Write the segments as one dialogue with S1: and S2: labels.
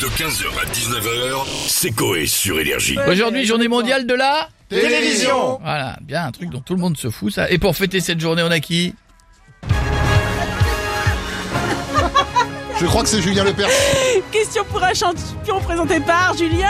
S1: De 15h à 19h, c'est Coé sur Énergie.
S2: Aujourd'hui, journée mondiale de la...
S3: Télévision
S2: Voilà, bien un truc dont tout le monde se fout, ça. Et pour fêter cette journée, on a qui
S3: Je crois que c'est Julien Lepers.
S4: Question pour un champion présenté par Julien.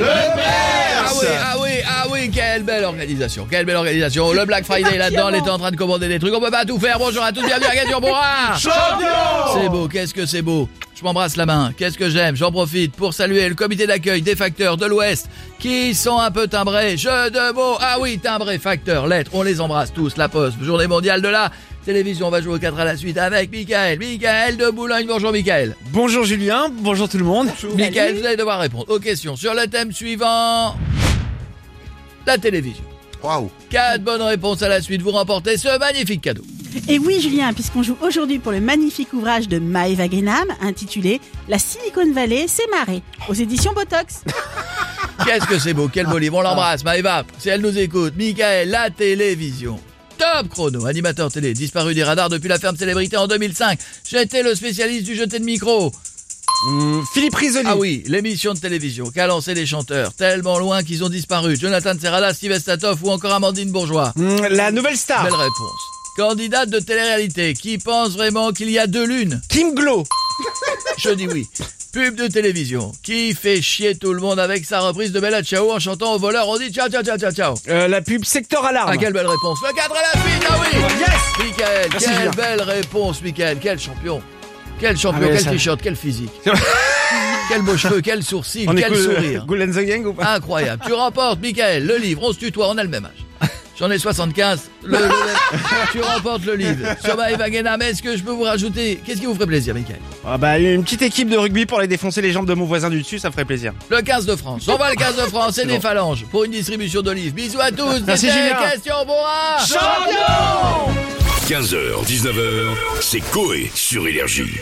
S2: Ah oui, ah oui, ah oui, quelle belle organisation, quelle belle organisation. Le Black Friday là-dedans, elle était en train de commander des trucs, on peut pas tout faire. Bonjour à tous, bienvenue à Gagnant Bourrin C'est beau, qu'est-ce que c'est beau Je m'embrasse la main, qu'est-ce que j'aime J'en profite pour saluer le comité d'accueil des facteurs de l'Ouest qui sont un peu timbrés. Jeu de mots, ah oui, timbrés, facteurs, lettres, on les embrasse tous, la poste, journée mondiale de la télévision. On va jouer au 4 à la suite avec Michael, Michael de Boulogne. Bonjour Michael.
S5: Bonjour Julien, bonjour tout le monde.
S2: Michael, vous allez devoir répondre aux questions sur le thème suivant. La télévision.
S3: Waouh.
S2: Quatre bonnes réponses à la suite, vous remportez ce magnifique cadeau.
S4: Et oui, Julien, puisqu'on joue aujourd'hui pour le magnifique ouvrage de Maëva Guénam, intitulé La Silicon Valley, c'est marré, aux éditions Botox.
S2: Qu'est-ce que c'est beau, quel beau livre. On l'embrasse, Maëva, si elle nous écoute. Michael, la télévision. Top chrono, animateur télé, disparu des radars depuis la ferme célébrité en 2005. J'étais le spécialiste du jeté de micro.
S5: Hum, Philippe Risoli.
S2: Ah oui, l'émission de télévision qu'a lancé les chanteurs, tellement loin qu'ils ont disparu. Jonathan Serrada, Steve Estatoff ou encore Amandine Bourgeois.
S5: Hum, La nouvelle star.
S2: Belle réponse. Candidate de télé-réalité, qui pense vraiment qu'il y a deux lunes
S5: Kim Glow.
S2: Je dis oui. Pub de télévision, qui fait chier tout le monde avec sa reprise de Bella Ciao en chantant au voleur, on dit ciao ciao ciao ciao ciao.
S5: Euh, la pub Secteur Alarme.
S2: Ah, quelle belle réponse. Le cadre à la suite, ah oui
S5: bah. Yes
S2: Michael,
S5: Merci,
S2: quelle
S5: Julien.
S2: belle réponse, Michael, quel champion. Quel champion,
S5: Ah, mais
S2: quel
S5: ça-
S2: t-shirt, quel physique.
S5: C'est vrai.
S2: quel beau cheveu, quel sourcil,
S5: On
S2: quel
S5: écoute euh,
S2: sourire.
S5: Ghoul and the Gang ou pas
S2: Incroyable. Tu remportes, Michael, le livre. On se tutoie, on a le même âge. J'en ai 75. Le- le- le- tu remportes le livre. Soma et Vagena, mais est-ce que je peux vous rajouter Qu'est-ce qui vous ferait plaisir, Michael
S5: Ah bah, Une petite équipe de rugby pour aller défoncer les jambes de mon voisin du dessus, ça ferait plaisir.
S2: Le 15 de France. On va le 15 de France et des
S5: bon.
S2: phalanges pour une distribution d'olives. Bisous à tous.
S5: Merci,
S2: C'était
S5: Julien.
S2: Question Bourrin.
S1: 15h, 19h, c'est Coé sur Énergie.